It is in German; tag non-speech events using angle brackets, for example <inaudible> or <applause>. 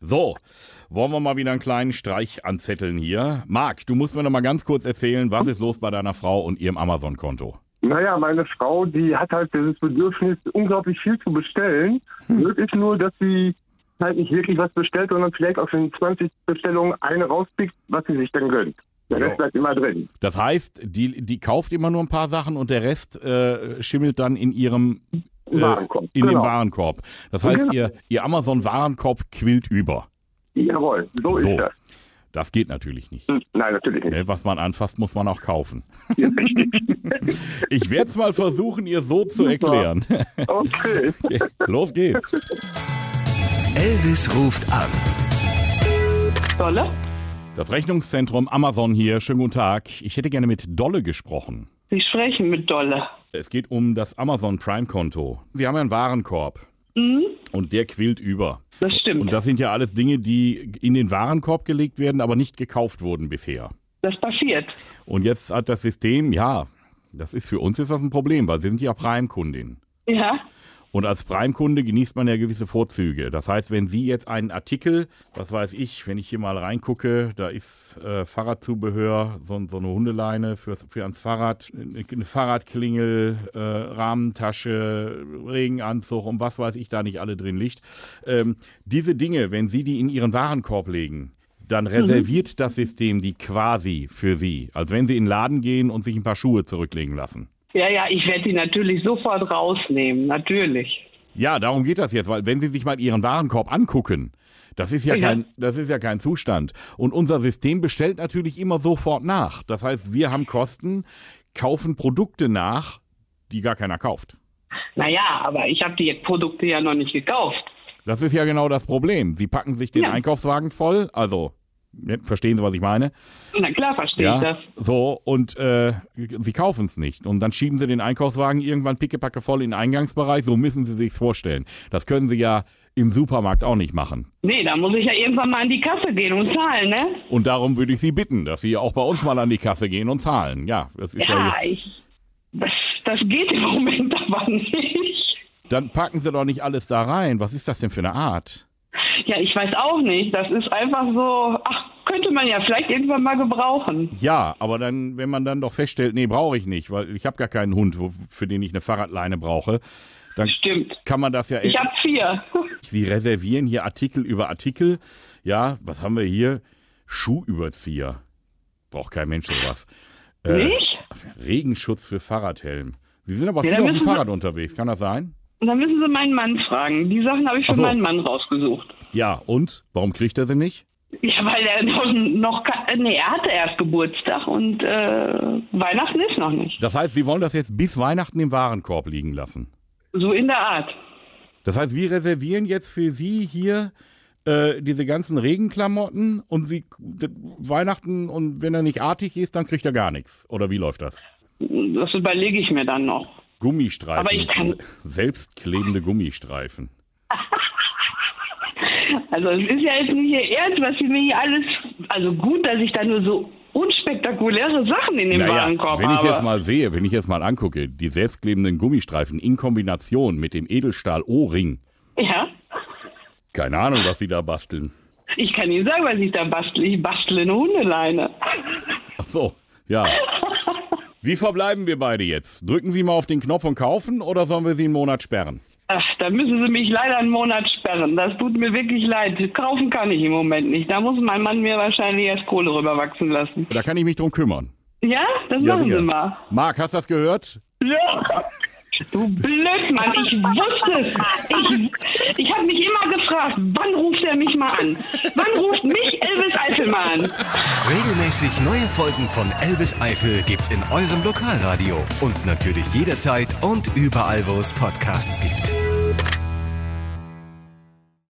So, wollen wir mal wieder einen kleinen Streich anzetteln hier. Marc, du musst mir noch mal ganz kurz erzählen, was ist los bei deiner Frau und ihrem Amazon-Konto? Naja, meine Frau, die hat halt dieses Bedürfnis, unglaublich viel zu bestellen. Hm. Blöd ist nur, dass sie halt nicht wirklich was bestellt, sondern vielleicht aus den 20 Bestellungen eine rauspickt, was sie sich dann gönnt. Der Ja. Rest bleibt immer drin. Das heißt, die, die kauft immer nur ein paar Sachen und der Rest äh, schimmelt dann in ihrem äh, Warenkorb, in dem genau. Warenkorb. Das heißt, Genau. ihr, ihr Amazon-Warenkorb quillt über. Jawohl, so, So. ist das. Das geht natürlich nicht. Hm, Nein, natürlich nicht. Ne, Was man anfasst, muss man auch kaufen. Ja, richtig. <laughs> Ich werde es mal versuchen, ihr so zu erklären. <laughs> Okay. Los geht's. Elvis ruft an. Dolle? Das Rechnungszentrum Amazon hier. Schönen guten Tag. Ich hätte gerne mit Dolle gesprochen. Sie sprechen mit Dolle. Es geht um das Amazon Prime-Konto. Sie haben ja einen Warenkorb. Und der quillt über. Das stimmt. Und das sind ja alles Dinge, die in den Warenkorb gelegt werden, aber nicht gekauft wurden bisher. das passiert. Und jetzt hat das System, ja, das ist für uns ist das ein Problem, weil Sie sind ja Prime-Kundin. Ja, Und als Prime-Kunde genießt man ja gewisse Vorzüge. Das heißt, wenn Sie jetzt einen Artikel, was weiß ich, wenn ich hier mal reingucke, da ist äh, Fahrradzubehör, so, so eine Hundeleine fürs, für ans Fahrrad, eine eine Fahrradklingel, äh, Rahmentasche, Regenanzug und was weiß ich da nicht alle drin liegt. Ähm, diese Dinge, wenn Sie die in Ihren Warenkorb legen, dann reserviert das System die quasi für Sie. Als wenn Sie in den Laden gehen und sich ein paar Schuhe zurücklegen lassen. ja, ja, ich werde die natürlich sofort rausnehmen. Natürlich. Ja, darum geht das jetzt, weil wenn Sie sich mal Ihren Warenkorb angucken, das ist ja, Ja. Kein, das ist ja kein Zustand. Und unser System bestellt natürlich immer sofort nach. Das heißt, wir haben Kosten, kaufen Produkte nach, die gar keiner kauft. Naja, aber ich habe die Produkte ja noch nicht gekauft. Das ist ja genau das Problem. Sie packen sich den Ja. Einkaufswagen voll, also ne, verstehen Sie, was ich meine? Na klar, verstehe ich das. so und äh, sie kaufen es nicht und dann schieben sie den Einkaufswagen irgendwann pickepacke voll in den Eingangsbereich. So müssen Sie sich's vorstellen. Das können Sie ja im Supermarkt auch nicht machen. Nee, da muss ich ja irgendwann mal an die Kasse gehen und zahlen, ne? Und darum würde ich Sie bitten, dass Sie auch bei uns mal an die Kasse gehen und zahlen. Ja, das ist ja. Ja, ich. Das, das geht im <laughs> Moment aber nicht. Dann packen Sie doch nicht alles da rein. Was ist das denn für eine Art? Ja, ich weiß auch nicht. Das ist einfach so. Ach, könnte man ja vielleicht irgendwann mal gebrauchen. Ja, aber dann, wenn man dann doch feststellt, nee, brauche ich nicht, weil ich habe gar keinen Hund, wo- für den ich eine Fahrradleine brauche, dann Stimmt. kann man das ja. Ich habe vier. Sie reservieren hier Artikel über Artikel. Ja, was haben wir hier? Schuhüberzieher. Braucht kein Mensch sowas. Äh, Nicht? Regenschutz für Fahrradhelm. Sie sind aber Ja, viel dann auf dem müssen wir- Fahrrad unterwegs, kann das sein? Und dann müssen Sie meinen Mann fragen. Die Sachen habe ich für Ach so. meinen Mann rausgesucht. Ja, und? Warum kriegt er sie nicht? Ja, weil er noch, noch ka- nee, er hatte erst Geburtstag und äh, Weihnachten ist noch nicht. Das heißt, Sie wollen das jetzt bis Weihnachten im Warenkorb liegen lassen. So in der Art. Das heißt, wir reservieren jetzt für Sie hier äh, diese ganzen Regenklamotten und Sie d- Weihnachten und wenn er nicht artig ist, dann kriegt er gar nichts. Oder wie läuft das? Das überlege ich mir dann noch. Gummistreifen. Aber ich kann- Se- Selbstklebende Gummistreifen. Also es ist ja jetzt nicht ihr Ernst, was sie mir hier alles. Also gut, dass ich da nur so unspektakuläre Sachen in dem Warenkorb wenn ich habe. jetzt mal sehe, wenn ich jetzt mal angucke, die selbstklebenden Gummistreifen in Kombination mit dem Edelstahl-O-Ring. ja. Keine Ahnung, was Sie da basteln. Ich kann Ihnen sagen, was ich da bastle. Ich bastle eine Hundeleine. Ach so, ja. Wie verbleiben wir beide jetzt? Drücken Sie mal auf den Knopf und kaufen oder sollen wir Sie einen Monat sperren? Ach, da müssen Sie mich leider einen Monat sperren. Das tut mir wirklich leid. Kaufen kann ich im Moment nicht. Da muss mein Mann mir wahrscheinlich erst Kohle rüberwachsen lassen. Da kann ich mich drum kümmern. Ja, das Ja, machen sicher. Sie mal. Marc, hast du das gehört? Ja. Du Blödmann, ich wusste es. Ich, ich habe mich immer gefragt, wann ruft er mich mal an? Wann ruft mich Elvis Eifel mal an? Regelmäßig neue Folgen von Elvis Eifel gibt's in eurem Lokalradio und natürlich jederzeit und überall, wo es Podcasts gibt.